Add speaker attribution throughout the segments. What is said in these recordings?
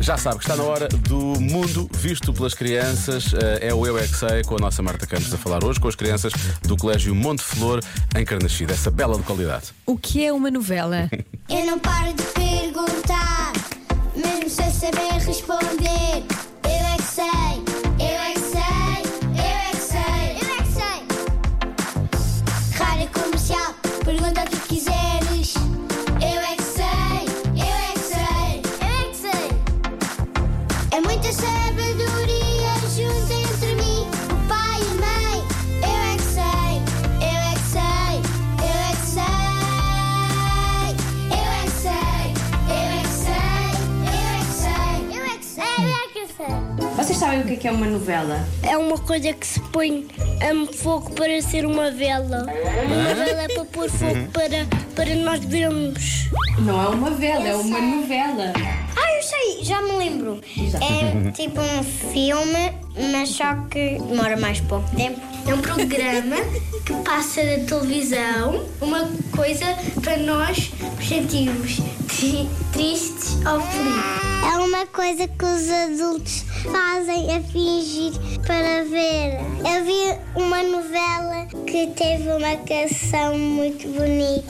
Speaker 1: Já sabe que está na hora do mundo visto pelas crianças. Eh, É o Eu é que Sei, com a nossa Marta Campos a falar hoje com as crianças do Colégio Monte Flor, em Carnachida, essa bela localidade.
Speaker 2: O que é uma novela?
Speaker 3: Eu não paro de perguntar, mesmo sem saber responder. Eu é que sei, eu é que sei, eu é que sei, eu é que sei. Rádio comercial, pergunta o que quiseres. Eu é que sei, eu é que sei, eu é que sei. É muita sabedoria junto entre mim, o pai e a mãe. Eu é que sei, eu é que sei, eu é que sei. Eu é que sei, eu é que sei, eu é que sei, eu é que sei.
Speaker 4: Vocês sabem o que é que é uma novela?
Speaker 5: É uma coisa que se põe a fogo para ser uma vela. Uma vela é para pôr fogo para, para nós vermos.
Speaker 4: Não é uma vela, é uma novela.
Speaker 5: Ah, eu sei, já me lembro.
Speaker 3: É tipo um filme, mas só que demora mais pouco tempo.
Speaker 5: É um programa que passa na televisão uma coisa para nós nos sentirmos tri- tristes ou felizes.
Speaker 3: É uma coisa que os adultos fazem a fingir para ver. Eu vi uma novela que teve uma canção muito bonita.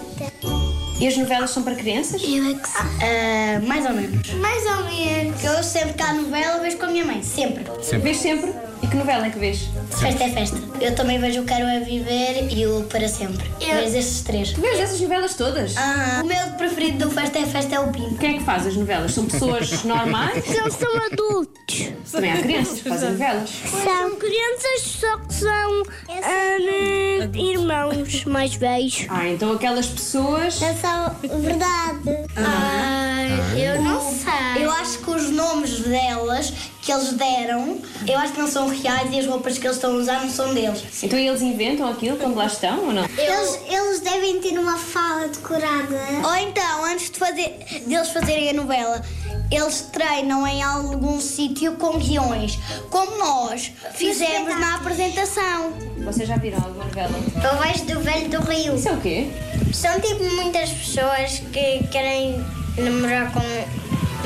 Speaker 4: E as novelas são para crianças?
Speaker 5: Eu é que sei. mais ou menos. Mais ou menos. Eu sempre que há novela vejo com a minha mãe, sempre.
Speaker 4: Vês sempre? E que novela é que vês?
Speaker 5: Festa é festa. Eu também vejo o Quero é Viver e o Para Sempre. Eu... Ah. Vejo esses três.
Speaker 4: Vês essas novelas todas?
Speaker 5: O meu preferido do Festa é Festa é o Pinto.
Speaker 4: Quem é que faz as novelas? São pessoas normais?
Speaker 5: Eles são adultos.
Speaker 4: Também há crianças que fazem novelas.
Speaker 5: São crianças, só que são ah, né, irmãos mais velhos.
Speaker 4: Ah, então aquelas pessoas.
Speaker 3: É só verdade.
Speaker 5: Ah, eu não sei. Eu acho que os nomes delas que eles deram, eu acho que não são reais e as roupas que eles estão a usar não são deles.
Speaker 4: Então eles inventam aquilo quando lá estão ou não?
Speaker 3: Eles, eles devem ter uma fala decorada.
Speaker 5: Ou então, antes de fazer, deles fazerem a novela, eles treinam em algum sítio com guiões, como nós fizemos na apresentação.
Speaker 4: Vocês já viram alguma novela?
Speaker 3: Eu vejo do Velho do Rio.
Speaker 4: Isso é o quê?
Speaker 3: São tipo muitas pessoas que querem namorar com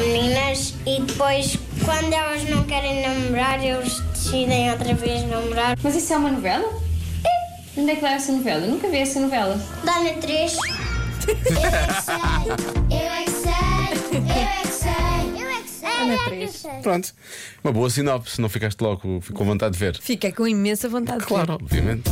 Speaker 3: meninas e depois, quando elas não querem namorar, eles decidem outra vez namorar.
Speaker 4: Mas isso é uma novela? Onde é que vai essa novela? Eu nunca vi essa novela.
Speaker 3: Dá-lhe três. Eu é que sei, eu é que sei, eu é que sei, eu é que sei, eu é que sei.
Speaker 1: Pronto. Uma boa sinopse, não ficaste logo, fico com vontade de ver.
Speaker 2: Fiquei com imensa vontade de ver.
Speaker 1: Claro, obviamente.